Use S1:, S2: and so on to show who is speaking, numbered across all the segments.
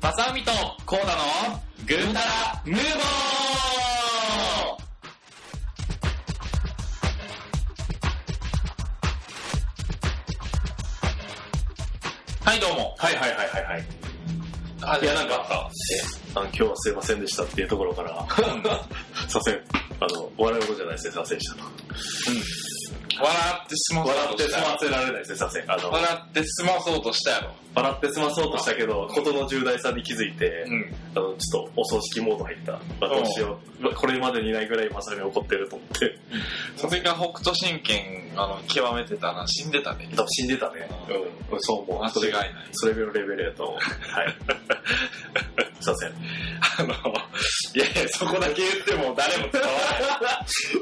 S1: 浅海とコーダのぐーたらムーボーはい、どうも。
S2: はいはいはいはいはい。いや、なんかあった。あの、今日はすいませんでしたっていうところから、左遷、あの、笑うことじゃないですね、左遷したと。
S3: 笑って済ま
S2: 笑
S3: そうと
S2: って
S3: し
S2: 済
S3: たや
S2: ませられないですね、左遷。あ
S3: ろ
S2: の、
S3: 笑って済まそうとしたやろ
S2: 笑って済まそうとしたけど、事の重大さに気づいて、
S3: ん
S2: あの、ちょっとお葬式モード入った。まあ、どうしよう。まあこれまでにないぐらいまさに怒ってると思って。
S3: それが北斗神拳あの極めてたな死んでたね
S2: 多分死んでたね。うん。そう思う。
S3: 間違いない
S2: それぐらいのレベルやと思う。はい。 左遷。
S3: あのいやいやそこだけ言っても誰も伝わ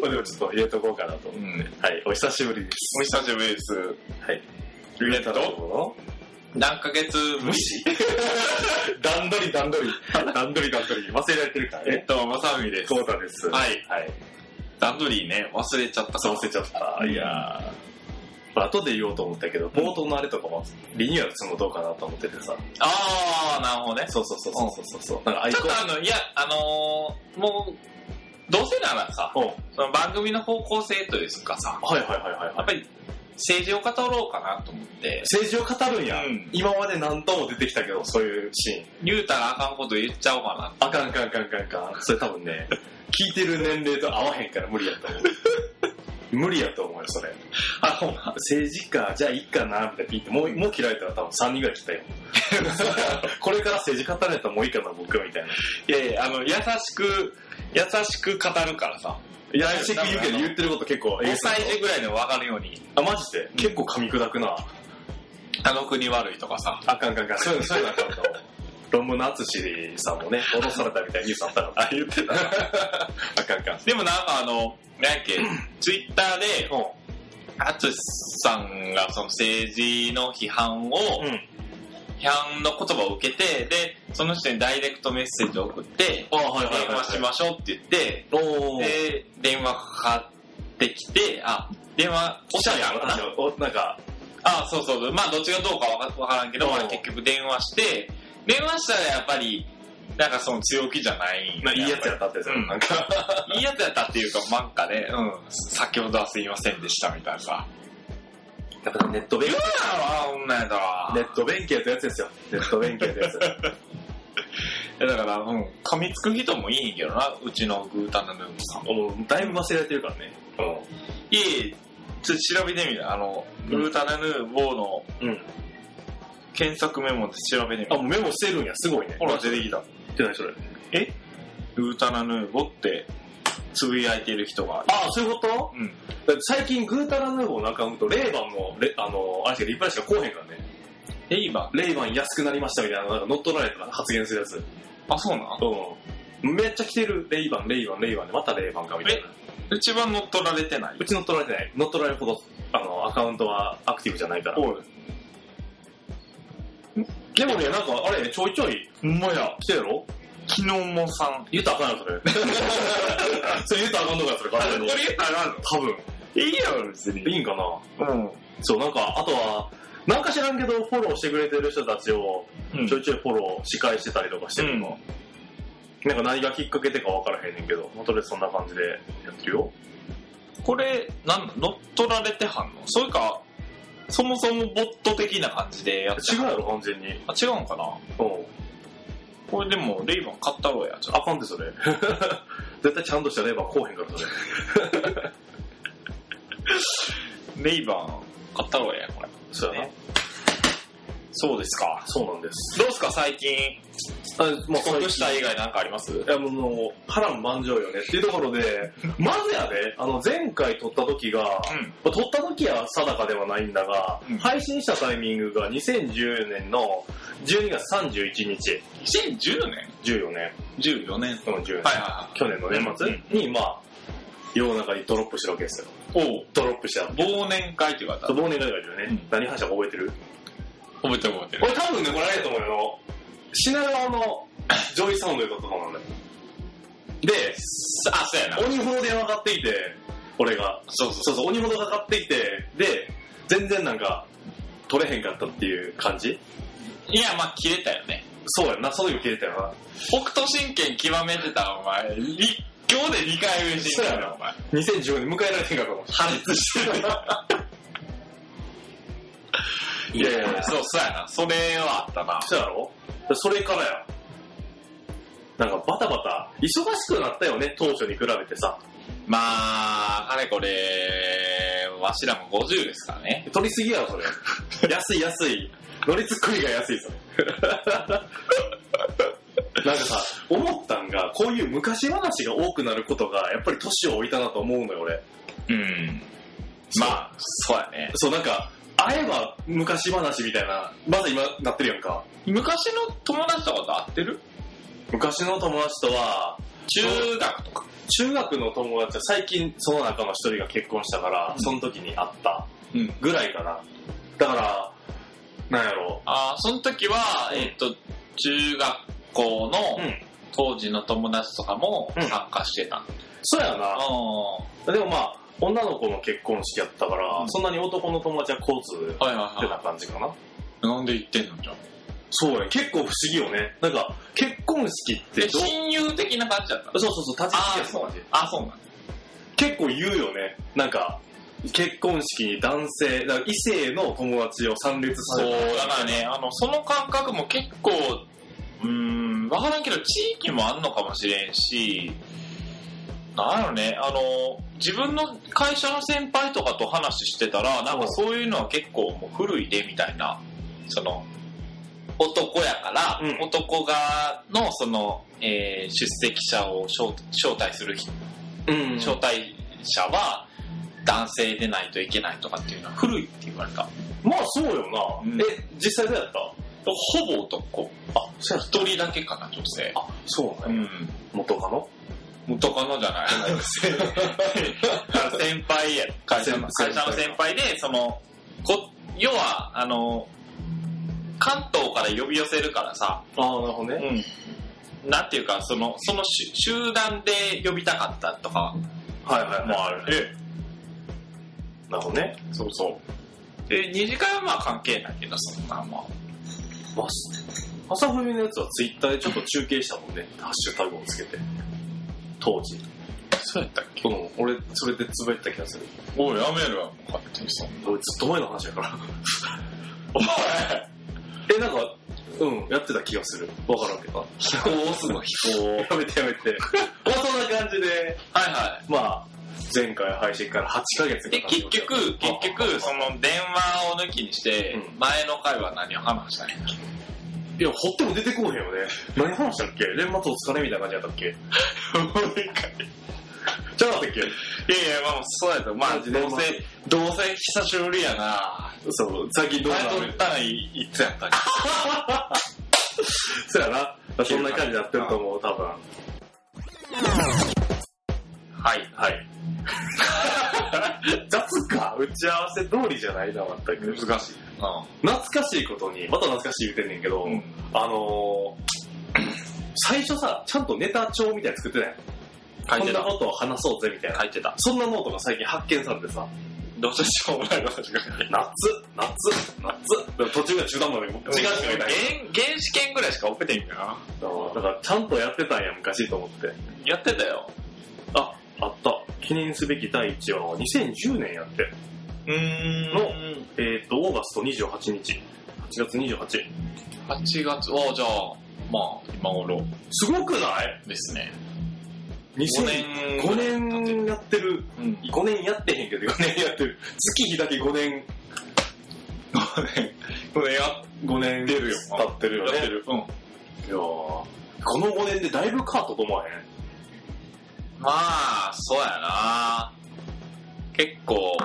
S2: まあでもちょっと入れとこうかなと思
S3: ら
S2: って。
S3: ない、うん、
S2: はい、お久しぶりです。
S3: お久しぶりです
S2: はい。
S3: えっと何ヶ月無視
S2: 段取り段取り。 段取り段取り。忘れられてるから
S3: えっ
S2: ね。
S3: とまさみです
S2: コータです。
S3: はい
S2: はい。
S3: 段取りね忘れちゃった
S2: そう忘れちゃった。いやー。まあ、後で言おうと思ったけど、冒頭のあれとかもリニューアルするのどうかなと思っててさ。
S3: ああなるほどね
S2: そうそうそうそうそうそう。なんかア
S3: ち
S2: イ
S3: ょ
S2: コ
S3: っとあのいやあのーもうどうせならさ
S2: ン。うん。
S3: その番組の方向性というかさ
S2: はいはいはいはい
S3: や
S2: は
S3: っ
S2: い。
S3: ぱり政治を語ろうかなと思って、
S2: 政治を語るんや。
S3: うん
S2: 今まで何度も出てきたけど、そういうシーン。
S3: 言うたらあかんこと言っちゃおうかな。
S2: あかんあかんあかんあかんあかん。それ多分ね、聞いてる年齢と合わへんから無理やと思う。 無理やと思うよ、それ。
S3: あ、ほんま。
S2: 政治家、じゃあいいかな、みたいなピンって、もう、もう切られたら多分3人ぐらい来た よ。これから政治語られたらもういいかな、僕は、みたいな。
S3: いやいや、あの、優しく、優しく語るからさ。
S2: いや、チェック言うけど言ってること結構、
S3: 5歳児ぐらいでも分かるように、
S2: あ、マジで結構噛み砕くな。
S3: あの国悪いとかさ。
S2: あかんあかんあかん。そういうの、そういうのあかんと思う。論文の淳さんもね、脅されたみたいなニュースあったから。あ、言ってた。あかんあかん。
S3: でもなんかあの、なん やっけ、ツイッターで、アツシさんがその政治の批判を、
S2: うん。
S3: 批判の言葉を受けて、で、その人にダイレクトメッセージを送って、
S2: あ、はいはい
S3: 電
S2: はい、
S3: 話しましょうって言って、
S2: おー。
S3: で、電話かかってきて、あ、電話、おしゃれやろな。
S2: おなんか、
S3: あそうそう。まあ、どっちがどうかわかわからんけど、
S2: うん
S3: まあ、結局電話して、電話したらやっぱり、なんかその強気じゃない。
S2: まあ、いいやつや
S3: っ
S2: ったってさ、
S3: うん
S2: なんか、
S3: た。いいやつやったっていうか、なんかね、うん。先ほどはすいませんでしたみたいなさ。
S2: やっぱネット勉
S3: 言うなわ、女やったら。
S2: ネット弁慶ってやつですよ。ネット弁慶ってやつ。
S3: いやだから、うん。噛みつく人もいいんやけどな、うちのグータンのルームさんも。
S2: もう、だいぶ忘れられてるからね。
S3: いえいえ、ちょっと調べてみる。あの、グータンのヌーボーの
S2: うん。うん。
S3: 検索メモで調べてみ
S2: あ、
S3: る。
S2: もうメモしてるんや。すごいね。
S3: ほら、出てきた。
S2: てないそれ。
S3: グータンのヌーボーって、つぶやいてる人がいる。
S2: あ、そういうこと
S3: うん。
S2: だって最近、グータラヌーボーのアカウント、レイバンの、レあの、あれしかリプライしか来おへんからね。
S3: え、今。
S2: レイバン安くなりましたみたいな、なんか乗っ取られたら発言するやつ。
S3: あ、そうなん
S2: うん。めっちゃ来てる。レイバン、レイバン、レイバンで、またレイバンかみたいな。
S3: 一番乗っ取られてないう
S2: ち乗っ取られてない。乗っ取られるほど、あの、アカウントはアクティブじゃないから。でもね、なんか、あれ、ちょいちょい、
S3: ほんまや。
S2: 来てるやろ
S3: 昨日もさん。
S2: 言ったらあかんや ろ、それ。それ言ったらあかんのか、それ、完 全に。多分。
S3: いいやろ、別に。
S2: いいんかな
S3: うん。
S2: そう、なんか、あとは、なんか知らんけど、フォローしてくれてる人たちを、
S3: うん
S2: ちょいちょいフォロー、仕返してたりとかしてるの。なんか何がきっかけでか分からへんねんけど、まあとりあえずそんな感じでやってるよ。
S3: これ、なんだ乗っ取られてはんのそれか、そもそもボット的な感じでやって
S2: 違うやろ、完全に。うん。
S3: あ、違うんかなこれでも、レイバン買ったろうや。ちょっ
S2: あかんで、それ。 絶対ちゃんとしたレバーこうへんから、それ。
S3: とレイバン買ったろうや、これ。
S2: そうやな。
S3: そうですか。
S2: そうなんです。
S3: どうすか、最近。
S2: あまあ、
S3: 遅刻した以外なんかあります
S2: いやもう、波乱万丈よねっていうところで、まずやで、あの、前回撮った時が、
S3: ん。
S2: まあ撮った時は定かではないんだが、
S3: うん
S2: 配信したタイミングが2010年の12月31日、
S3: 2010年
S2: 14年、
S3: ?14 年。
S2: この10年、
S3: はいは
S2: 去年の年末に、まあ、世の中にドロップしたわけですよ。
S3: いはい。おう
S2: ドロップした。
S3: 忘年会って言われた
S2: そう。忘年会だよね、
S3: うん
S2: 何話したか覚えてる
S3: 覚えてる覚えてる
S2: 俺多分ね、これあれやと思うよ。品川のジョイサウンドだったと思うんだよ。で、
S3: あ、そうやな。
S2: 鬼ほど電話かかってきて、俺が。
S3: そうそう
S2: そうそう、鬼ほどかかってきて、で、全然なんか、取れへんかったっていう感じ
S3: いや、まあ、切れたよね。
S2: そうやんな、その時切れたよな。
S3: 北斗神拳極めてた、お前。り今日で2回目神拳だ、お前。
S2: 2015年迎えられてんかと思って。
S3: 破裂してる。いやいや、そう、そうやな。それはあったな。
S2: そうやろそれからや。なんかバタバタ、忙しくなったよね、当初に比べてさ。
S3: まあ、あれこれ、わしらも50ですからね。
S2: 取りすぎやろ、それ。安い安い。乗りつっくりが安い、それ。なんかさ、思ったんが、こういう昔話が多くなることが、やっぱり年を置いたなと思うのよ、俺。
S3: うん。まあ、そうやね。
S2: そう、なんか、会えば昔話みたいな、まず今なってるやんか。
S3: 昔の友達とかと会ってる
S2: 昔の友達とは、
S3: 中学とか。
S2: 中学の友達は最近その中の一人が結婚したから、その時に会った
S3: うん
S2: ぐらいかな。だから、なんやろ
S3: ああ、その時は、えっ、と、中学校
S2: う。
S3: の
S2: ん。
S3: 当時の友達とかも
S2: うん
S3: 参加してた。あ
S2: そうやな。
S3: あ。
S2: でもまあ、女の子の結婚式やったから、
S3: うん
S2: そんなに男の友達は交通っ
S3: はいは
S2: て
S3: いは
S2: な感じかな。
S3: い。なんで言ってんのじゃん。
S2: そうやね、結構不思議よね。なんか、結婚式って
S3: で、
S2: どう
S3: 親友的な感じだった
S2: そうそうそう、立ち
S3: あ
S2: 付
S3: あ、
S2: き合
S3: そ
S2: いうの
S3: なん
S2: 感じ。
S3: ああ、そうなん
S2: 結構言うよね。なんか、結婚式に男性、だから異性の友達を参列
S3: そ
S2: させ
S3: う
S2: る。、
S3: だからね、あの、その感覚も結構、うーん、わからんけど、地域もあんのかもしれんし、なんやろね、あの、自分の会社の先輩とかと話してたら、なんかそういうのは結構もう古いで、みたいな、その、男やから、
S2: うん
S3: 男側の、その、えー出席者を招招待する人
S2: うん。
S3: 招待者は男性でないといけないとかっていうのは古いって言われた。
S2: まあそうよな。
S3: うん
S2: え、実際どうやった
S3: ほぼ男。
S2: あ、そうやっ
S3: 一人だけかな、女性。
S2: た。あ、そう
S3: う
S2: ね。
S3: ん。
S2: 元カノ
S3: 元カノじゃない。先輩や。会社の会
S2: 先
S3: 社の先輩で、その、こ要は、あの、関東から呼び寄せるからさ、
S2: ああ、なるほどね。
S3: うん。なんていうか、その、その集集団で呼びたかったとか
S2: はいはいはい。
S3: もある。
S2: なるほどね。
S3: そうそう。で、二次会はまあ関係ないけど、そんなもん。
S2: まあ朝文のやつはツイッターでちょっと中継したもんね。ハッシュタグをつけて。当時。
S3: そうやったっけ
S2: うん、俺、それでつぶやいた気がする。
S3: おい、やめろよ、勝手にそんな。
S2: 俺、ずっと前の話やから。
S3: おい
S2: え、なんか、うん、やってた気がする。わからんけど。
S3: こうすの、 飛行。
S2: やめてやめて。まあ、そんな感じで、
S3: はいは
S2: まあ、前回配信から8ヶ月
S3: い。
S2: が
S3: で、
S2: 経ち
S3: 結
S2: ました
S3: 局、結局、その電話を抜きにして
S2: う、ん
S3: 前の回は何を話したんやっ
S2: いや、ほっても出てこうへんよね。何話したっけ年末お疲れみたいな感じやったっ け
S3: けもう一回
S2: じゃなかったっけ
S3: いやいや、まあ、そうやと、まあ、どう
S2: マジ
S3: せ
S2: で、
S3: どうせ久しぶりやな
S2: そう、最近どうな
S3: 前撮
S2: の
S3: ったのいいつやったっけ
S2: そうやな。そんな感じになってると思う、多分。
S3: はい。
S2: はい。 雑か打ち合わせ通りじゃないな、全く。
S3: し
S2: 懐
S3: い。う
S2: かしいことに、また懐かしい言うてんねんけど、
S3: ん。うん。
S2: あのー、 最初さ、ちゃんとネタ帳みたいなの作ってない
S3: 書い
S2: こん
S3: て
S2: な
S3: た。
S2: ことを話そうぜみたいな。
S3: 書いてた。
S2: そんなノートが最近発見されてさ、
S3: どうせしょうもないの確かに。
S2: 夏、夏、夏、途中が中断 まで時間しか
S3: 原
S2: いない。
S3: 原始圏ぐらいしかオペてんかな。
S2: だからちゃんとやってたんや、昔と思って。
S3: やってたよ。
S2: あ、あった。記念すべき第1話は2010年やって。
S3: うーん。
S2: のえっ、と、オーガスト28日。8月28
S3: 8月、おじゃあ、まあ、今頃
S2: すごくない
S3: ですね。
S2: 5
S3: 5年。
S2: 5年やってる。
S3: うん。
S2: 5年やってへんけど、5年やってる。月日だけ5年、
S3: 5年。5年やっ
S2: 5年
S3: てるよ。
S2: 経ってるよね。
S3: やってる。うん。
S2: いやーこの5年でだいぶカートと思わへん。
S3: まあ、そうやな。結構、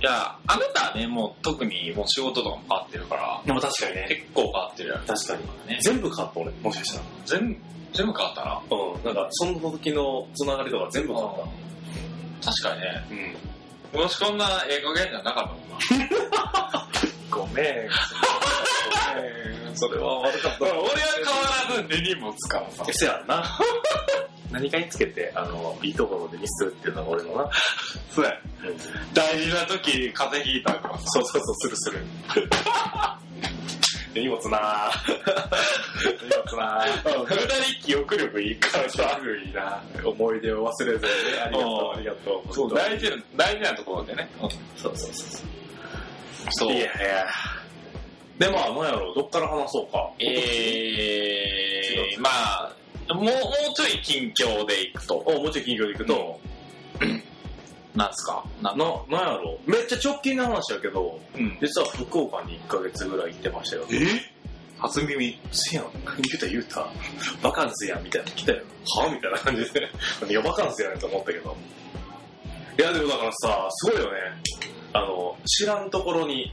S3: いや、あなたはね、もう特にもう仕事とかも変わってるから、
S2: でも確かに。
S3: 結構変わってるやん。
S2: 確かに。
S3: ね、
S2: 全部カート俺、もしかしたら。
S3: 全、全部変わったな。
S2: うん。なんか、その時のつながりとか全部カート。
S3: 確かにね、
S2: うん。
S3: 昔こんなええ加減じゃなかったもんな。
S2: ごめん。
S3: それは悪か った。俺は変わらず根に持つからさ。
S2: せやん な。何かにつけて、あの、いいところでミスるっていうのが俺のな。
S3: そうや。大事な時風邪ひいたとかさ。
S2: そうそうそう、するする。荷物 なぁ。荷物なぁ。
S3: 無駄に記憶力いいからさ。
S2: いいな思い出を忘れずにね、ありがとう、ありがとう。
S3: そう、大事な、大事なところでね。
S2: そうそうそう。
S3: そう。
S2: いやいや。で、まあ、なんやろう、どっから話そうか。
S3: えー、まあ、もう、もうちょい近況でいくと。
S2: お、もうちょい近況でいくと、
S3: なんすかなん
S2: な、なんやろう。めっちゃ直近の話やけど、
S3: うん。
S2: 実は福岡に1ヶ月ぐらい行ってましたよ。
S3: え初耳。
S2: せやん、言うた言うた、バカンスやんみたいな来たよ。はみたいな感じで。 いや、バカンスやねんと思ったけど。いや、でもだからさ、すごいよね。あの、知らんところに、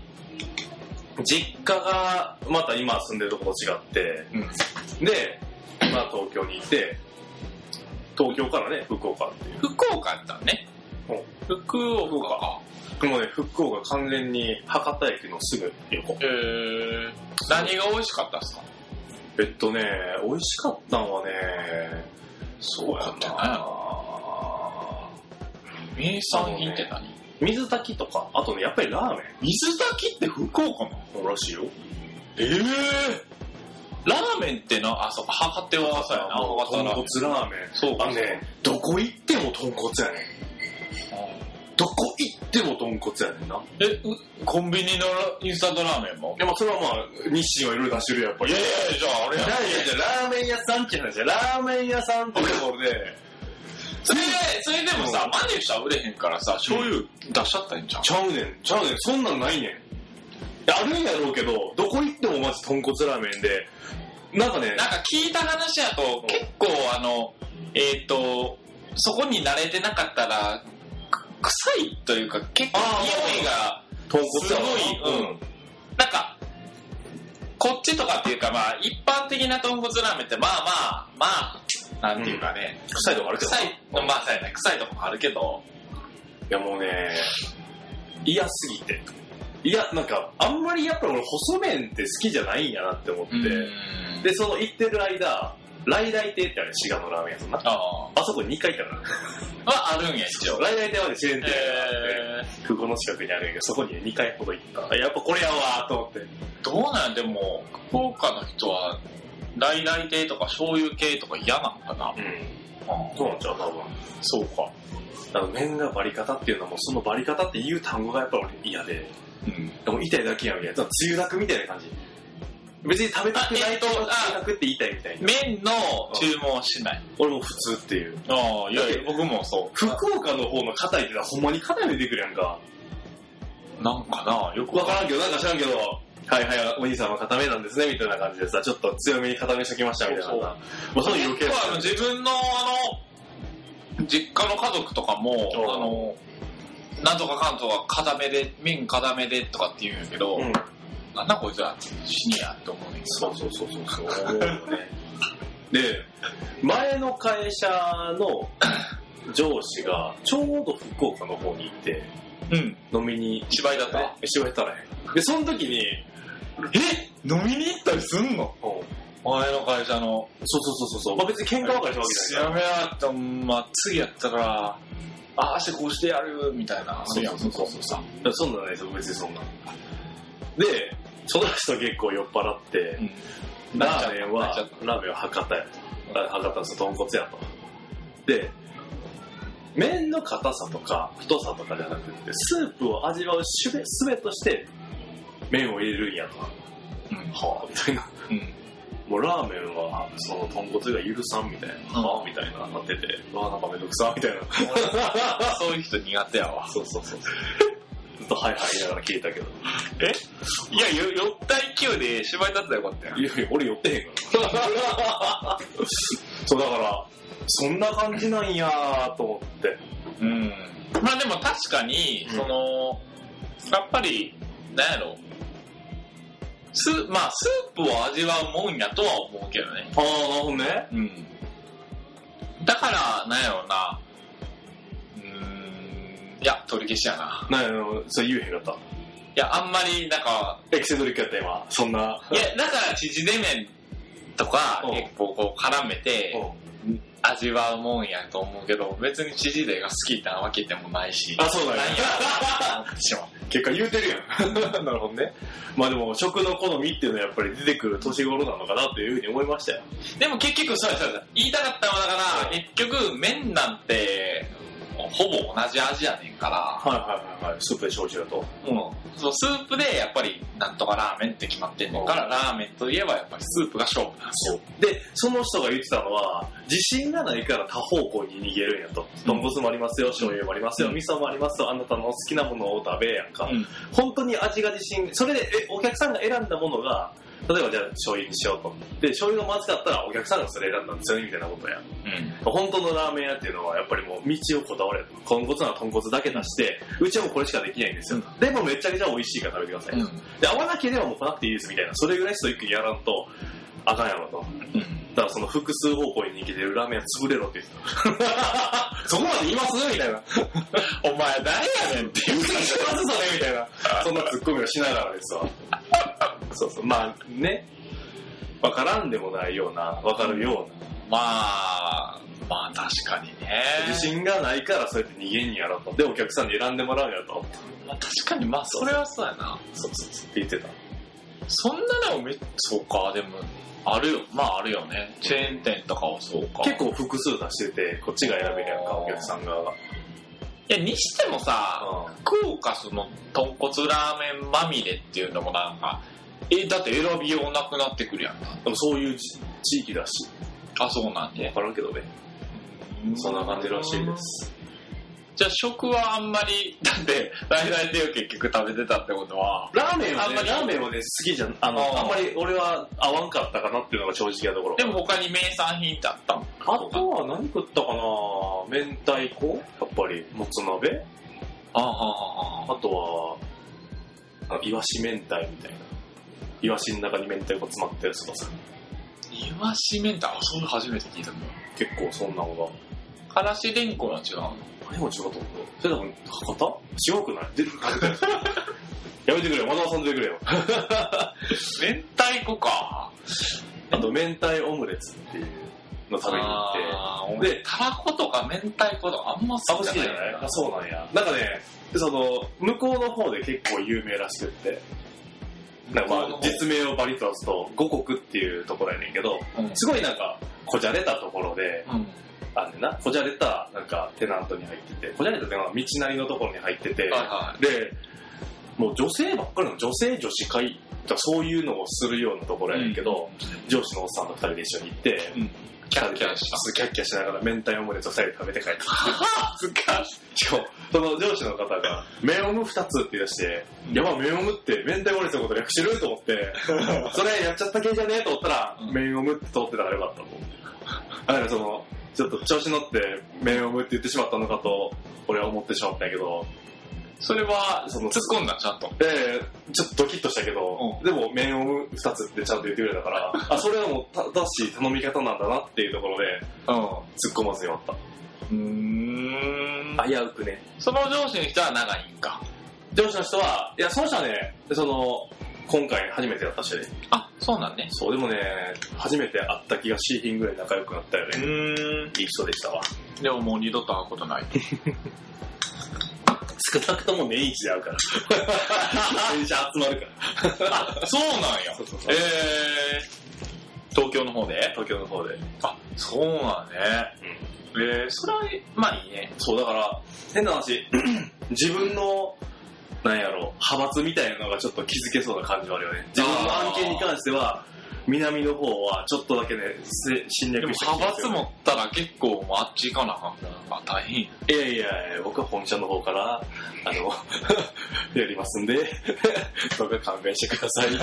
S2: 実家が、また今住んでるところと違って、で、まあ東京にいて、東京からね、福岡っていう。
S3: 福岡だね。福岡か。
S2: でもね、福岡完全に博多駅のすぐ横。
S3: えー、何が美味しかったですか
S2: えっとね、美味しかったんはね、そうや
S3: そうかってなんや
S2: な
S3: 名産品って何
S2: 水炊きとか、あとね、やっぱりラーメ
S3: 水炊きって福岡の
S2: ンらしいよ。
S3: ええラーメンってな、あ、そうか、博多はそうやな、
S2: もう
S3: 博多
S2: 豚
S3: ラーメン。
S2: 骨ラーメン。
S3: そう
S2: あ
S3: か、
S2: のね、どこ行っても豚骨やねん。どこ行っても豚骨やねんな。
S3: え、うコンビニのインスタントラーメンも
S2: でもそれはまあ、日清はいろいろ出してるよやっぱ
S3: い
S2: り。
S3: やいやいや、じゃああれや
S2: い。やいやいやラーメン屋さんって話や。ラーメン屋さんってところで、
S3: それで、それでもさ、マネしたら売れへんからさ、醤油出しちゃったんじゃん。
S2: ちゃうねん、ちゃうねん、そんなんないねん。いやあるんやろうけど、どこ行ってもまず豚骨ラーメンで、なんかね、
S3: なんか聞いた話や
S2: う
S3: と
S2: ん、
S3: 結構あの、えっ、と、そこに慣れてなかったら、く臭いというか、結構
S2: あー
S3: 匂いが、
S2: 豚骨ラーメン。
S3: すごいうんなんか、こっちとかっていうか、まあ、一般的な豚骨ラーメンって、まあまあ、まあ、なんていうかね、
S2: 臭いとこあるけど。
S3: 臭い、まあ、そうやね、臭いとこもあるけど、
S2: いやもうね、嫌すぎて。いや、なんか、あんまりやっぱ俺細麺って好きじゃないんやなって思って、
S3: で、
S2: で、その行ってる間、来来亭ってあれ、滋賀のラーメン屋さんな。
S3: ああ、
S2: あそこに2回行 ったか
S3: はあるんや、一応。
S2: ら。来来亭はね、チェーン店があって、
S3: え
S2: 空港の近くにあるんやけど、そこに2回ほど行った。やっぱこれやわーと思って。
S3: ー、どうなんでも、福岡の人は、来来亭とか醤油系とか嫌なのかな
S2: うん。そうなんちゃう多分。そうか。あの、面がバリ方っていうのはもう、そのバリ方っていう単語がやっぱ俺嫌で、
S3: うん。
S2: でも痛いだけやんみたいな。つまり梅雨だくみたいな感じ。別に食べたくないと、
S3: あえ
S2: 梅
S3: っとあ
S2: 雨だくって言いたいみたいな。
S3: 麺の注文はしない。
S2: 俺も普通っていう。
S3: ああ、い
S2: やいや
S3: 僕もそ
S2: 福岡の方の硬いってのはほんまに硬いの出てくるやんか。
S3: う。なんかな、よく
S2: わからんけど、なんか知らんけど、はいはい、お兄さんは硬めなんですね、みたいな感じでさ、ちょっと強めに硬めしときました、みたいな。
S3: そう
S2: まあ、その余計
S3: 結構あの自分のあの実家の家族とかも
S2: うん
S3: あのなんとかかんとか固めで麺固めでとかって言うんやけど、
S2: うん。
S3: なんだこいつらシニアって思うねんけ
S2: そうそうそうそうそう。思うよね。で、前の会社 の上司が、ちょうど福岡の方に行って、
S3: どうん
S2: 飲みに、
S3: 芝居だったら
S2: 一緒に行ったらね。で、その時に、
S3: え飲みに行ったりすんの
S2: そう
S3: 前の会社の
S2: そうそうそう。まあ、別に喧嘩ばかりしたわけじゃない
S3: やめやがってまあ次やったらああしてこうしてやるみたいな
S2: そうそうそう
S3: そうさ
S2: いやそんなんないですよ、別にそんなん。で、その人結構酔っ払って、ラー
S3: 泣い
S2: メン
S3: ちゃ
S2: は
S3: っ、
S2: ラーメンは博多やと。あ博多の豚骨やと。で、麺の硬さとか太さとかじゃなくて、スープを味わうすべすべとして、麺を入れるんやと。
S3: うん
S2: はぁ、みたいな。
S3: うん
S2: もうラーメンは、その豚骨が許さんみたいな。はぁ、みたいな、なってて、うわぁ、なんかめんどくさ、みたいな。
S3: そういう人苦手やわ
S2: そうそうそう。ずっとはいはい言いながら聞いたけど。
S3: いやよ酔った勢いで芝居だったらよかったやん
S2: いやいや、俺寄ってへんから。そう、だから、そんな感じなんやーと思って。
S3: うんまあでも確かに、
S2: うん
S3: そのやっぱりなんやろスまあスープを味わうもんやとは思うけどね
S2: ああ、なるほどね。
S3: うんだからなんやろなうーんいや取り消しやな
S2: なんやろそう言うへんかった。
S3: いやあんまりなんか
S2: エキセントリックやった今。そんな。
S3: いやだから縮れ麺とか
S2: うん
S3: 結構こう絡めて味わうもんやと思うけど別に縮れが好きなわけでもないし
S2: あ、そうなん
S3: な
S2: や
S3: ん。やしまう
S2: 結果言うてるや ん。なるほどね。まあでも、食の好みっていうのはやっぱり出てくる年頃なのかなというふうに思いましたよ。
S3: でも結局、そうですそうです言いたかったのはだから、結局、麺なんて、ほぼ同じ味やねんから、
S2: はいはいはいはい。スープで消臭だと。
S3: うん、そのスープでやっぱり、なんとかラーメンって決まってんねんから、ラーメンといえばやっぱりスープが勝負なんですよ。
S2: で、その人が言ってたのは、自信がないから多方向に逃げるんやと。豚骨もありますよ、醤油もありますよ、
S3: うん
S2: 味噌もありますよ、あなたの好きなものを食べやんか。
S3: うん
S2: 本当に味が自信、それで、え、お客さんが選んだものが、例えばじゃあ醤油にしようと。で、醤油がまずかったらお客さんがそれ選んだんですよね、みたいなことや。本当のラーメン屋っていうのはやっぱりもう道をこだわれ豚骨なら豚骨だけ出してうちはもうこれしかできないんですよ、でもめちゃくちゃ美味しいから食べてください、
S3: うん。
S2: で合わなければもう来なくていいですみたいなそれぐらいストイックにやらんとあかんやろとだ
S3: うん。
S2: からその複数方向に逃げてるラーメンは潰れろって言ってた そこまで言いますみたいな
S3: お前誰やねんって言う
S2: しますそれみたいな そんなツッコミをしながらですわそうそうまあねわからんでもないようなわかるような
S3: まあ、まあ確かにね。
S2: 自信がないからそうやって逃げんやろとでお客さんに選んでもらうんやと
S3: まあ確かに、まあそれはそうやな。
S2: そうそうそうって言ってた。
S3: そんなのめ、そうか、でも、あるよ。まああるよね。チェーン店とかはそうか。
S2: 結構複数出してて、こっちが選べるやんか、
S3: あー
S2: お客さん側が。
S3: いや、にしてもさ、福岡その豚骨ラーメンまみれっていうのもなんか、え、だって選びようなくなってくるやんか。
S2: でもそういうじ地域だし、
S3: あ、そうなん
S2: わ
S3: で。
S2: からんけどね。そんな感じらしいです。
S3: じゃあ食はあんまり、 だって、大々で結局食べてたってことは、
S2: ラーメンは
S3: あん
S2: ね、
S3: まり
S2: ラーメンはね、好きじゃん、あの、
S3: あー
S2: あんまり俺は合わんかったかなっていうのが正直なところ。
S3: でも、他に名産品ってあったの
S2: あとは何食ったかな明太子やっぱり、もつ鍋
S3: ああ、
S2: あとは、あイワシ明太みたいな。イワシの中に明太子詰まったやつとかさ、
S3: いわし明太、あ、それ初めて聞いたんだ。
S2: 結構そんなのが。
S3: からしれんこんは違うの
S2: 何も違うと思う。それ多分、博多違うくない出てくるやめてくれよ。わざわざんでくれよ。
S3: 明太子か。
S2: あと、明太オムレツっていうの食べに行って。
S3: あー俺、たらことか明太子とかあんま
S2: あ、
S3: 好
S2: 好
S3: き
S2: き
S3: じ
S2: じ
S3: ゃな
S2: ゃ
S3: い
S2: ないあ、そうなんや。なんかね、その、向こうの方で結構有名らしくって。なんかまあ、実名をバリと出すと、五穀っていうところやねんけど、
S3: うん
S2: すごいなんか、こじゃれたところで、
S3: うん。
S2: あんねんな、こじゃれた、なんか、テナントに入ってて、こじゃれたテナント、道なりのところに入ってて、
S3: はいは
S2: で、もう女性ばっかりの女性女子会とかそういうのをするようなところやねんけど、上司のおっさんと二人で一緒に行って、
S3: い。うん。キャッキャした。
S2: キャッキャしながら明太オムレツを二人で食べて帰った。しかも、その上司の方が、麺オム二つって言い出して、
S3: うん
S2: やば、麺オムって明太オムレツのこと略してると 思って、それやっちゃった系じゃねえと思ったら、
S3: うん
S2: 麺オムって通ってたからよかったと思う。だからその、ちょっと調子乗って麺オムって言ってしまったのかと、俺は思ってしまったんやけど、
S3: それは、
S2: そ
S3: 突
S2: の
S3: っ込んだ、ちゃんと。
S2: ええちょっとドキッとしたけど、
S3: うん
S2: でも麺を2つってちゃんと言ってくれたから、あ、それはもう正しい頼み方なんだなっていうところで、突っ込まずに終わっ
S3: うん
S2: た。危うくね。
S3: その上司の人は仲いいんか。
S2: 上司の人は、いや、その人はね、その、今回初めてだった人で。
S3: あ、そうなんね。
S2: そう、でもね、初めて会った気がしいひんぐらい仲良くなったよね。
S3: ん。
S2: いい人でしたわ。
S3: でももう二度と会うこと ない。
S2: 少なくとも年一で会う から。電車集まるから。
S3: そうなんや
S2: そうそうそう
S3: えー、東京の方で
S2: 東京の方で。
S3: あ、そうなんね。えー、それは、まあいいね。
S2: そう、だから、変な話、 自分の、なんやろ派閥みたいなのがちょっと気づけそうな感じはあるよね。自分の案件に関しては、南の方はちょっとだけね、せ侵
S3: でも
S2: 略して
S3: 派閥持ったら結構もうあっち行かなあかんから。あ、大変や。
S2: いやいやいや、僕は本社の方から、あの、 やりますんで、 どうか勘弁してください。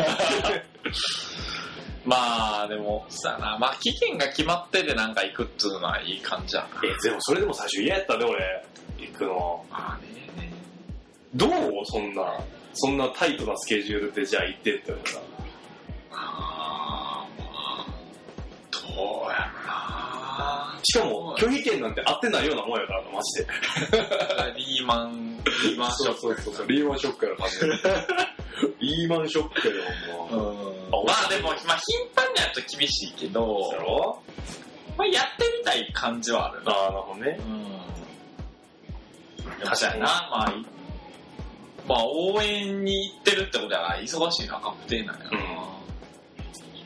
S3: まあでも、さな、まあ期限が決まっててなんか行くっつうのはいい感じやな。
S2: え、でもそれでも最初嫌やったね、俺。行くの。
S3: まあね。
S2: どうそんな、そんなタイトなスケジュールでじゃあ行ってって思った。
S3: あーまあ、どうやろな。
S2: しかも、拒否権なんて合ってないようなもんやからな、マジで。
S3: リーマン、リーマンショック。
S2: そうそうそう、リーマンショックやろ、完 全に。リーマンショックやろ、もう。
S3: うんまあでも、まあ頻繁にやると厳しいけど、
S2: そうやろ
S3: まあ、やってみたい感じはあるな。
S2: ああ、なるほどね。
S3: うん。
S2: 確かに
S3: な。まあいい、まあ、応援に行ってるってことは、忙しいな、確定なんやな。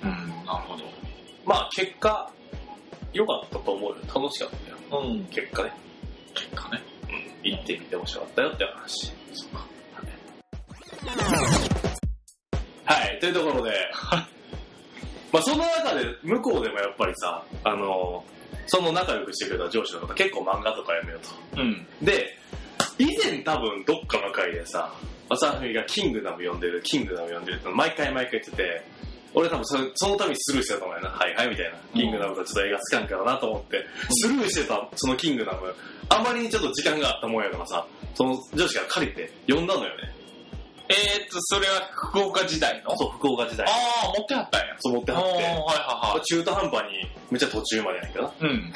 S3: うん、なるほ
S2: まあ結果、良かったと思うよ。楽しかったよ。
S3: ど。うん、
S2: 結果ね。
S3: 結果ね。
S2: うん。行ってみて面白かったよって話。
S3: そっか。
S2: はい、というところで、まあその中で、向こうでもやっぱりさ、あの、その仲良くしてくれた上司の方結構漫画とかやめようと。
S3: うん。
S2: で、以前多分どっかの回でさ、朝日がキングダム読んでる、キングダム読んでるって毎回毎回言ってて、俺多分それその度スルーしてたと思うよな。はいはいみたいな。キングダムがちょっと映画好きなんからなと思って、スルーしてたそのキングダム、あまりにちょっと時間があったもんやからさ、その上司が借りて読んだのよね。
S3: えーっと、それは福岡時代の
S2: そう、福岡時代
S3: あ。あ、持ってはったんや。
S2: そう持ってはっ
S3: はい
S2: て。
S3: は
S2: 中途半端に、めっちゃ途中までやねんけどな。
S3: いはい。うん。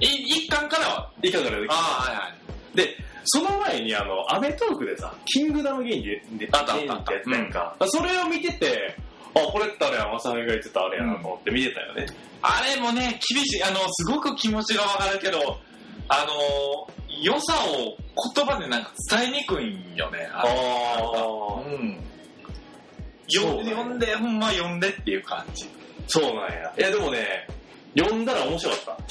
S3: い一巻からはい
S2: かがで
S3: ああ、はいはい。
S2: で、その前にあの、アメトークでさ、キングダム芸人で、で
S3: あったあった
S2: 芸人てやつやんか。それを見てて、あ、これってあれや、まさみが言ってたあれやなと思って見てたよね。
S3: あれもね、厳しい。あの、すごく気持ちがわかるけど、あの、良さを言葉でなんか伝えにくいんよね。あれ
S2: あ
S3: うん。
S2: そう
S3: よ
S2: ね
S3: 読んで、ほんま読んでっていう感じ。
S2: そうなんや。いや、でもね、読んだら面白かっ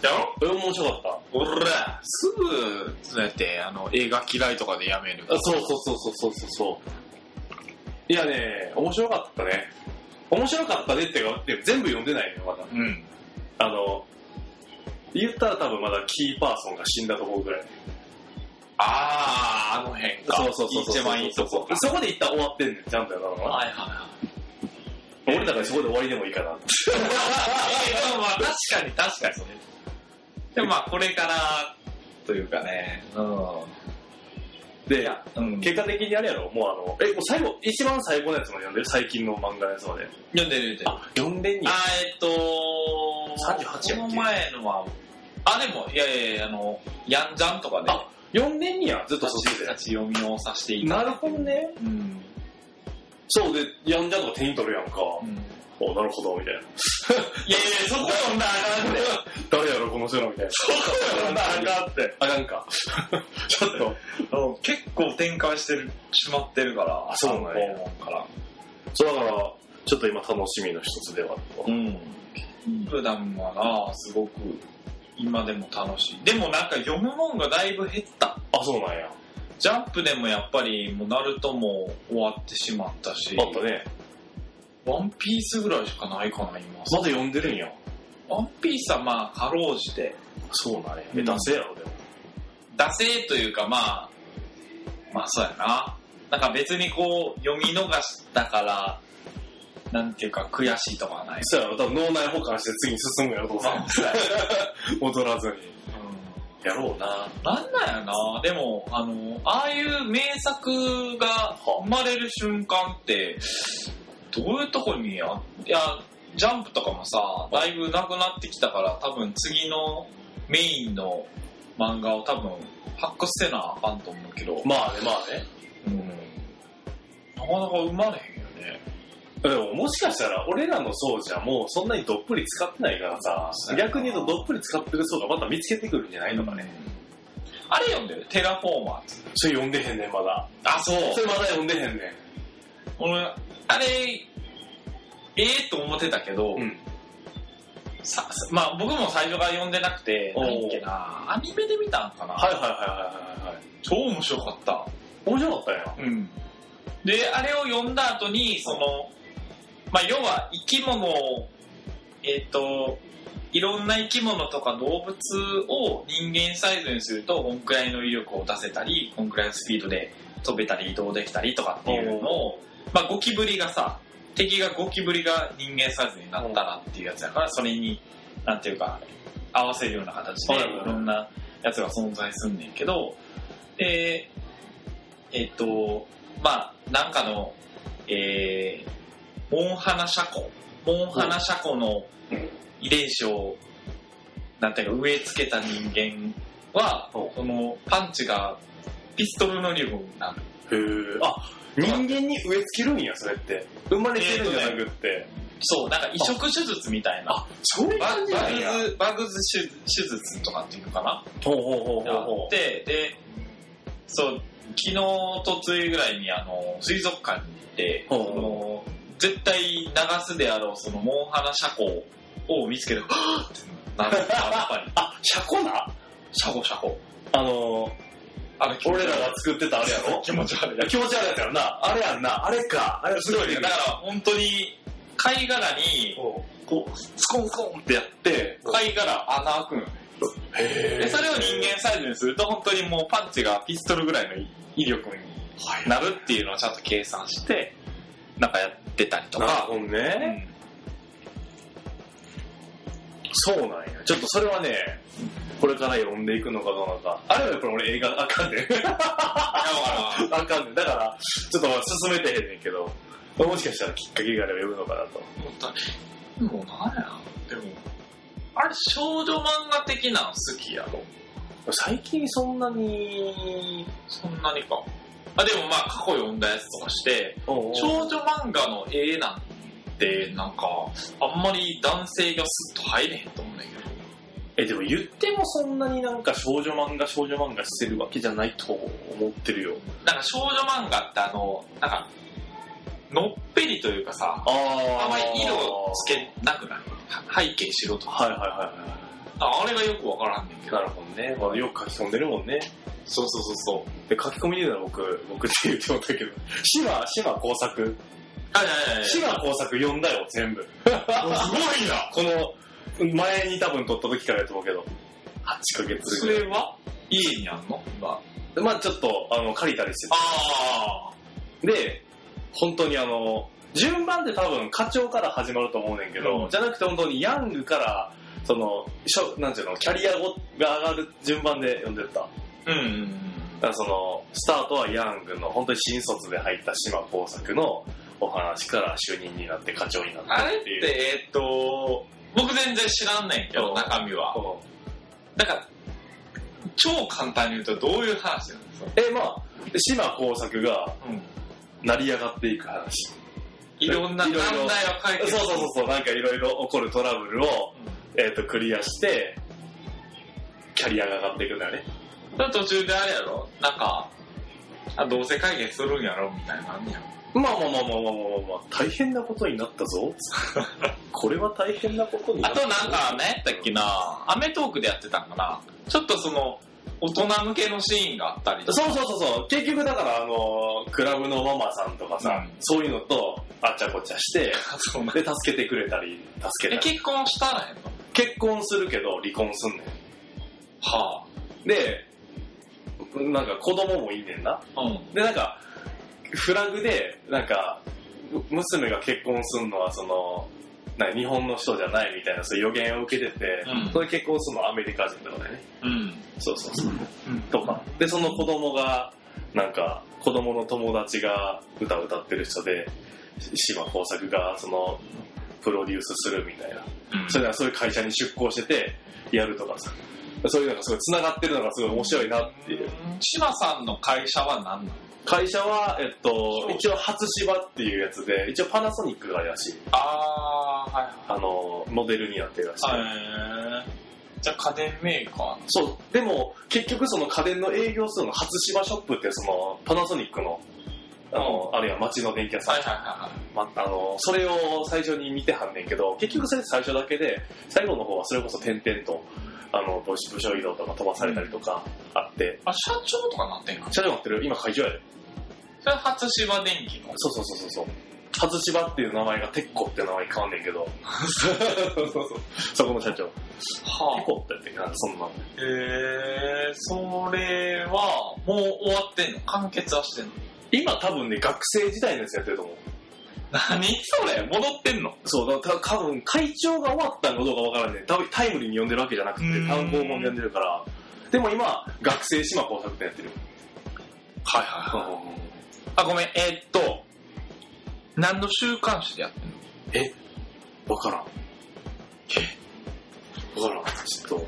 S2: た。
S3: やろ
S2: え面白かった。
S3: おら、すぐ、そうやって、あの、映画嫌いとかでやめる。
S2: あそうそうそうそうそうそう。いやね、面白かったね。面白かったねってか、でも全部読んでないよ、まだ。
S3: うん。
S2: あの、言ったら多分まだキーパーソンが死んだところぐらい。
S3: あー、あの辺か。一番いいとこか。
S2: そこで一旦終わってんねん、ちゃんとやなのかな。
S3: いはいはい。
S2: 俺だからそこで終わりでもいいか
S3: え
S2: な。
S3: ーまあ確かに確かにそれ。でもまあこれから、というかね。
S2: で、
S3: うん
S2: 結果的にあれやろ、もうあの、え、もう最後、一番最後のやつも読んでる最近の漫画のやつまで。
S3: 読んでる読んでる。あ、
S2: 読んでんや。
S3: えっと
S2: 38やっけ
S3: この前のは、あ、でも、いやいやいや、あの、ヤンジャンとかね。
S2: あ読んでんや、ずっとそっち
S3: 立ち読みをさせてい
S2: で。
S3: ただ
S2: ない
S3: て
S2: るほどね。
S3: うん。
S2: そうで、やんじゃんとか手に取るやんか。
S3: うん
S2: お、なるほど、みたい な。
S3: いやいや、そこ読んだらあかんで。
S2: 誰やろ、この人ら、みたいな。
S3: そこ読んだらあかんって。
S2: あかん か。ちょっと。
S3: 結構展開してる、しまってるから。
S2: あそうなんや
S3: 参考本から。
S2: そうだから、ちょっと今楽しみの一つではあった。
S3: うん。普段はな、すごく今でも楽しい。でもなんか読むもんがだいぶ減った。
S2: あ、そうなんや。
S3: ジャンプでもやっぱり、もうナルトも終わってしまったし、
S2: あったね。
S3: ワンピースぐらいしかないかな、今。
S2: まだ読んでるんや。
S3: ワンピースはまあ、かろうじて、
S2: そうなんや。
S3: う
S2: え、
S3: ん
S2: ダセやろ、でも。
S3: 惰性というかまあ、まあそうやな。なんか別にこう、読み逃したから、なんていうか悔しいとかはない。
S2: そうやろ、多分脳内保管して次に進むやろ、どうせ。戻らずに。
S3: うん
S2: やろうな。
S3: なんなんやなでも、あの、ああいう名作が生まれる瞬間って、どういうとこにあ、いや、ジャンプとかもさ、だいぶなくなってきたから、多分次のメインの漫画を多分発掘せなあかんと思うけど、
S2: まあね、まあね。
S3: うん。なかなか生まれへんよね。
S2: でも、もしかしたら、俺らの層じゃもうそんなにどっぷり使ってないからさ
S3: そう、やな
S2: 逆に言うとどっぷり使ってる層がまた見つけてくるんじゃないのかね。
S3: あれ読んでるテラフォーマーズ。
S2: それ読んでへんねん、まだ。
S3: あ、そう。
S2: それまだ読んでへんね
S3: 俺、あれ、ええと思ってたけど、
S2: ん。うん。
S3: ささまあ僕も最初から読んでなくて、
S2: おー
S3: 何っけな、アニメで見たんかな、
S2: はいはいはいはいはいはい。
S3: 超面白かった。
S2: 面白かったよ。
S3: うん。で、あれを読んだ後に、その、まあ要は生き物を、えっ、と、いろんな生き物とか動物を人間サイズにすると、こんくらいの威力を出せたり、こんくらいのスピードで飛べたり移動できたりとかっていうのを、まあゴキブリがさ、敵がゴキブリが人間サイズになったらっていうやつだから、それに、なんていうか、合わせるような形で、
S2: はいいはいはい
S3: ろんなやつが存在すんねんけど、で、えっ、と、まあ、なんかの、えー、モンハナシャコ。モンハナシャコの遺伝子を、なんていうか、植え付けた人間は、
S2: ほ
S3: その、パンチが、ピストルのリブになる。
S2: へーあ、人間に植え付けるんや、それって。生まれてるんじゃなくって。
S3: そう、なんか移植手術みたいな。
S2: あ、そういう
S3: バ
S2: 感じ
S3: バ
S2: な
S3: グ
S2: んや。
S3: ズ、バグズ手手術とかっていうのかな
S2: ほうほうほうほう
S3: あ
S2: ほ
S3: って、で、そう、昨日、とついぐらいに、あの、水族館に行って、そ
S2: ほう
S3: の、絶対流すであろう、その、モンハナシャコを見つけて、はぁってなる。やっぱり、
S2: あ、シャコな
S3: シャコシャコ。
S2: あの、
S3: あの、気持ち悪
S2: 俺
S3: い
S2: らが作ってたあれやろ
S3: 気持ち悪い
S2: いや。気持ち悪いやつやろな。あれやんな。あれか。あれ
S3: すごいね。だから、本当に、貝殻に、
S2: おう
S3: こう、スコンスコンってやって、貝殻穴開くのよね。
S2: へ
S3: で、それを人間サイズにすると、本当にもうパンチがピストルぐらいの威力になるっていうのをちゃんと計算して、なんかやってたりと
S2: なる
S3: か。
S2: ほどね。
S3: うん
S2: そうなんや。ちょっとそれはね、これから読んでいくのかどうなのか。あれはやっぱり俺映画あかんねん。あかんねん。だから、ちょっとまあ進めてへんねんけど、もしかしたらきっかけがあれば読むのかなと。
S3: もうもうなんやでも、あれ少女漫画的なの好きやろ
S2: 最近そんなに、
S3: そんなにか。あ、でもまあ過去読んだやつとかして、
S2: おう
S3: 少女漫画の絵なんて、なんか、あんまり男性がスッと入れへんと思うねんだけど。
S2: え、でも言ってもそんなになんか少女漫画少女漫画してるわけじゃないと思ってるよ。
S3: なんか少女漫画ってあの、なんか、のっぺりというかさ、
S2: あ
S3: あ
S2: あ
S3: んまり色をつけなくないは背景しろとか。
S2: はいはいはいは
S3: ああれがよくわからんねんけ
S2: い。
S3: ど。
S2: なるほどね。まあ、よく書き込んでるもんね。
S3: そうそうそうそう。
S2: で、書き込みで言うなら僕、僕って言ってもらったけど、島、島工作。
S3: はいはいはい。
S2: 島工作読んだよ、全部。
S3: すごいな
S2: この、前に多分撮った時からやと思うけど、8ヶ月
S3: そ
S2: ぐらい。
S3: れは家にあんのまあ。
S2: でまあちょっと、あの、借りたりして
S3: あ
S2: て。で、本当にあの、順番って多分課長から始まると思うねんけど、
S3: うん
S2: じゃなくて本当にヤングから、その、しょなんていうの、キャリア語が上がる順番で読んでった。だ
S3: ーうんうん
S2: からその、スタートはヤングの、本当に新卒で入った島工作のお話から就任になって課長になっ
S3: あ
S2: た
S3: れ
S2: っ
S3: って
S2: いう。
S3: て、えーっと、僕全然知らんねんけ
S2: う
S3: ど、
S2: ん
S3: 中身は。
S2: うん
S3: だから、超簡単に言うとどういう話なんですか
S2: え、まあ、島工作が成り上がっていく話。
S3: いろんな
S2: うん
S3: 問
S2: いろい
S3: 題
S2: ろ
S3: を解
S2: そう
S3: 決
S2: そうそうそう、なんかいろいろ起こるトラブルを、えっ、と、クリアして、キャリアが上がっていくんだよね。
S3: だから途中であれやろなんか、あどうせ解決するんやろみたいなのあんねやろ
S2: まあまあまあまあまあまあまあ、大変なことになった ぞ。これは大変なことにな
S3: あ
S2: った
S3: となんか、何やったっけなアメトークでやってたんかなちょっとその、大人向けのシーンがあったりとか
S2: そうそうそうそう、結局だから、あのークラブのママさんとかさ、
S3: うん
S2: そういうのと、あっちゃこっちゃして、
S3: そうなん
S2: で、助けてくれたり、助
S3: え
S2: けたり。
S3: 結婚したらやの
S2: 結婚するけど、離婚すんね
S3: は
S2: ん。で、なんか子供もいいねんな。
S3: あ。うん。
S2: で、なんか、フラグで、なんか、む娘が結婚するのは、その、な日本の人じゃないみたいな、そういう予言を受けてて、
S3: うん
S2: それ結婚するのはアメリカ人とかでね。
S3: うん。
S2: そうそうそう。とか。で、その子供が、なんか、子供の友達が歌歌ってる人で、し島耕作が、その、プロデュースするみたいな。
S3: うん。
S2: それでそういう会社に出向してて、やるとかさ。そういうのがすごい繋がってるのがすごい面白いなっていう。
S3: 志麻さんの会社は何なの
S2: 会社は、えっと
S3: そ、う
S2: 一応初芝っていうやつで、一応パナソニックがあるらしい。
S3: あー、はい
S2: あの、モデルになってるらしい。
S3: はい。へー。じゃあ家電メーカーの
S2: そう、でも、結局その家電の営業するのが初芝ショップって、その、パナソニックの、あの、あるいは街の電気屋さん、
S3: はいはいは
S2: まあの、それを最初に見てはんねんけど、結局それ最初だけで、最後の方はそれこそ点々と、あの、部署部署移動とか飛ばされたりとかあって、
S3: い。あ、社長とかなってんか
S2: 社長待ってる今会長やで。
S3: それ初芝電機の。
S2: そうそうそうそうそう。初芝っていう名前が鉄子って名前に変わんねんけど。そうそうそう。そこの社長。鉄
S3: は
S2: 子ってやってんけどなんかそんな。
S3: あ。へー、それは、もう終わってんの完結はしてんの
S2: 今多分ね、学生時代のやつやってると思う。
S3: 何それ戻ってんの
S2: そう、だからた多分会長が終わったのかどうかわからない。多分タイムリーに読んでるわけじゃなくて
S3: うー、ん
S2: 単行本で読んでるから。でも今、学生島工作店やってる。
S3: はいはいはい。あ、ごめん、えーっと、何の週刊誌でやってんの
S2: わからん。えわからん。ちょっ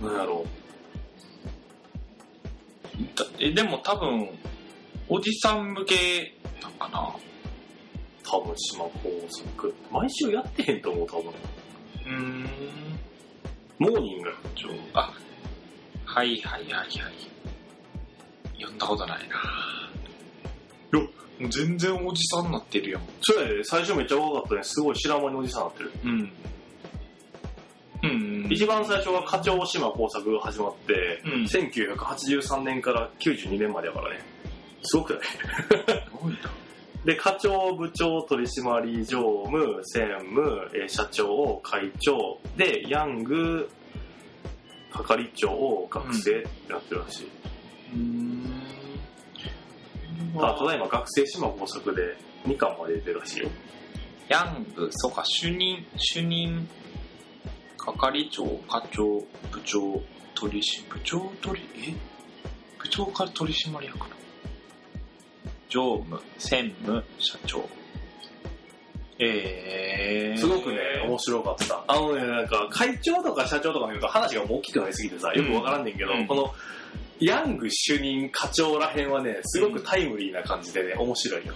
S2: と。なんやろう。
S3: だえでも多分おじさん向けなんかな
S2: 多分島工作。毎週やってへんと思う、多分。
S3: うーん
S2: モーニング。
S3: あはいはいはいはい読んだことないないや、もう全然おじさんになってるよ。
S2: そうやで、最初めっちゃ若かったね。すごい知らん間におじさんになってる。
S3: うん。うん。
S2: 一番最初は課長島工作が始まって、
S3: うん
S2: 1983年から92年までやからね。すごくない
S3: すごいな。
S2: で、課長、部長、取締り、常務、専務、えー社長、会長、で、ヤング、係長、学生ってなってるらしい。
S3: うん。
S2: あただいま学生島工作で2巻まで出てるらしいよ。
S3: ヤング、そうか、主任、主任、係長、課長、部長、取締、部長取り、え部長から取締役なの常務、専務、社長。えー。
S2: すごくね、面白かった。あのね、なんか、会長とか社長とか見ると話がもう大きくなりすぎてさ、よくわからんねんけど、
S3: うん
S2: この、ヤング主任課長らへんはね、すごくタイムリーな感じでね、面白いよ。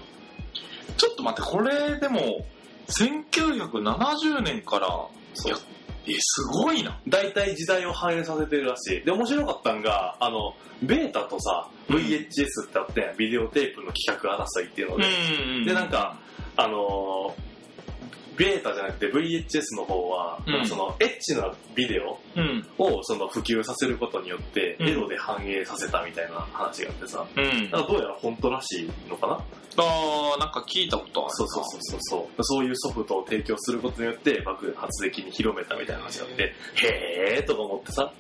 S3: ちょっと待って、これでも、1970年から、
S2: そう
S3: やえ、すごいな。
S2: 大体時代を反映させてるらしい。で、面白かったんが、あの、ベータとさ、VHS ってあって、ビデオテープの企画争いっていうので、
S3: ん
S2: で、なんか、あのーベータじゃなくて VHS の方は、
S3: うん
S2: なんかそのエッチなビデオ
S3: うん、
S2: をその普及させることによって
S3: うん
S2: エロで反映させたみたいな話があってさ、
S3: うん。
S2: なんかどうやら本当らしいのかな
S3: あーなんか聞いたことあるな。
S2: そうそうそうそうそうそういうソフトを提供することによって爆発的に広めたみたいな話があってへえーとか思ってさ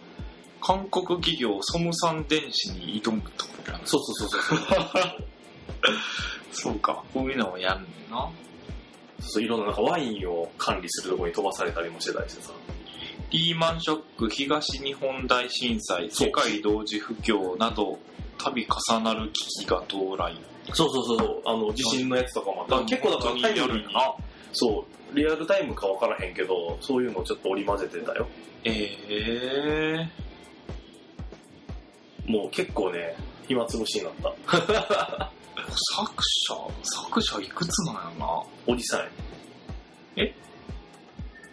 S3: 韓国企業ソムサン電子に挑むところ
S2: そうそうそうそうそう
S3: そうかこういうのをやるんな
S2: そういろんななんかワインを管理するところに飛ばされたりもしてたりしてさ
S3: リーマンショック東日本大震災
S2: そう
S3: 世界同時不況など度重なる危機が到来
S2: そうそうそうそうあの地震のやつとかもあった結構だから
S3: 本当にやるんやな
S2: そう、リアルタイムか分からへんけど、そういうのをちょっと織り交ぜてたよ。
S3: ええ
S2: もう結構ね、暇つぶしになった。
S3: 作者作者いくつなんやろ
S2: おじさんや
S3: え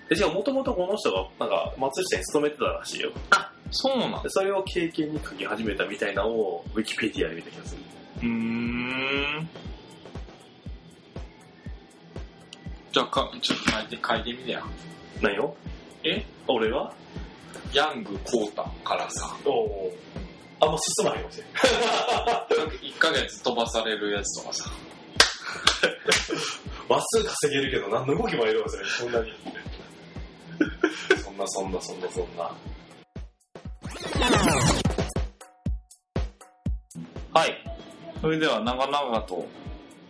S2: で、しかももともとこの人が、なんか、松下に勤めてたらしいよ。
S3: なそうなんだ
S2: でそれを経験に書き始めたみたいなのを、ウィキペディアで見た気がする。
S3: うーんじゃあかちょっと書いて書いてみてや
S2: 何を
S3: え
S2: 俺は
S3: ヤング・コータからさ
S2: おお。あんま進まへんかもしれん。
S3: 1ヶ月飛ばされるやつとかさ
S2: まっすぐ稼げるけど、何の動きもやるかもしれん、そんなに。そんなそんなそんなそんな。
S3: はいそれでは長々と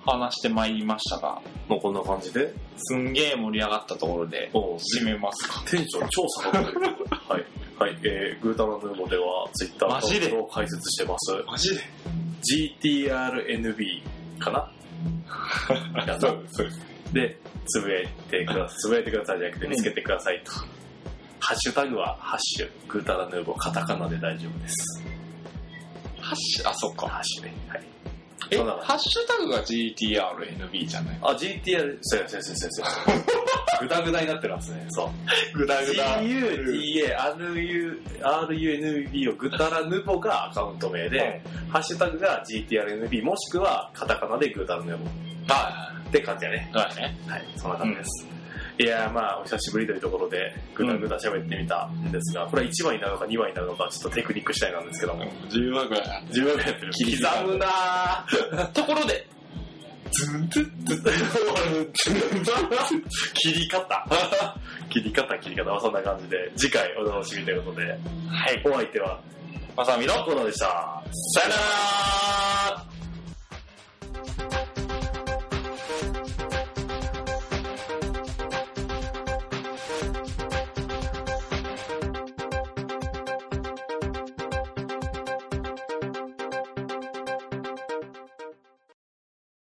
S3: 話してまいりましたが
S2: もうこんな感じで。
S3: すんげえ盛り上がったところで
S2: おう
S3: 締めますか
S2: テンション超下がって る。はい。はい。えー、グータラヌーボでは、ツイッター
S3: マジで
S2: を開設してます。
S3: マジで
S2: GTRNB か ないやそう
S3: そう
S2: で、つぶやいてく ださい。つぶやいてくださいじゃなくて、見つけてくださいと。ハッシュタグは、ハッシュ、グータラヌーボー、カタカナで大丈夫です。
S3: ハッシュあそっか
S2: ハッシュで。はい。
S3: え
S2: そうなの
S3: ハッシュタグが GTRNB じゃない
S2: あ、GTR、そうや、そうや、そうや、そうや。 グダグダになってますね。そう。
S3: グダ
S2: GUTARUNB をグタラヌボがアカウント名で、ハッシュタグが GTRNB もしくはカタカナでグータンネボ
S3: は
S2: って感じやね。
S3: いはいね
S2: はい、そんな感じです。いやーまあお久しぶりというところでグダグダ喋ってみたんですが、これは1番になるのか2番になるのかちょっとテクニック次第なんですけども、
S3: 10話ぐらいだ
S2: 自分がやってる。刻むなーところで、ズンズンズンズンズン切り方切り方切り方はそんな感じで次回お楽しみということで、
S3: はい
S2: お相手は
S3: まさみの
S2: コロナでした。さよなら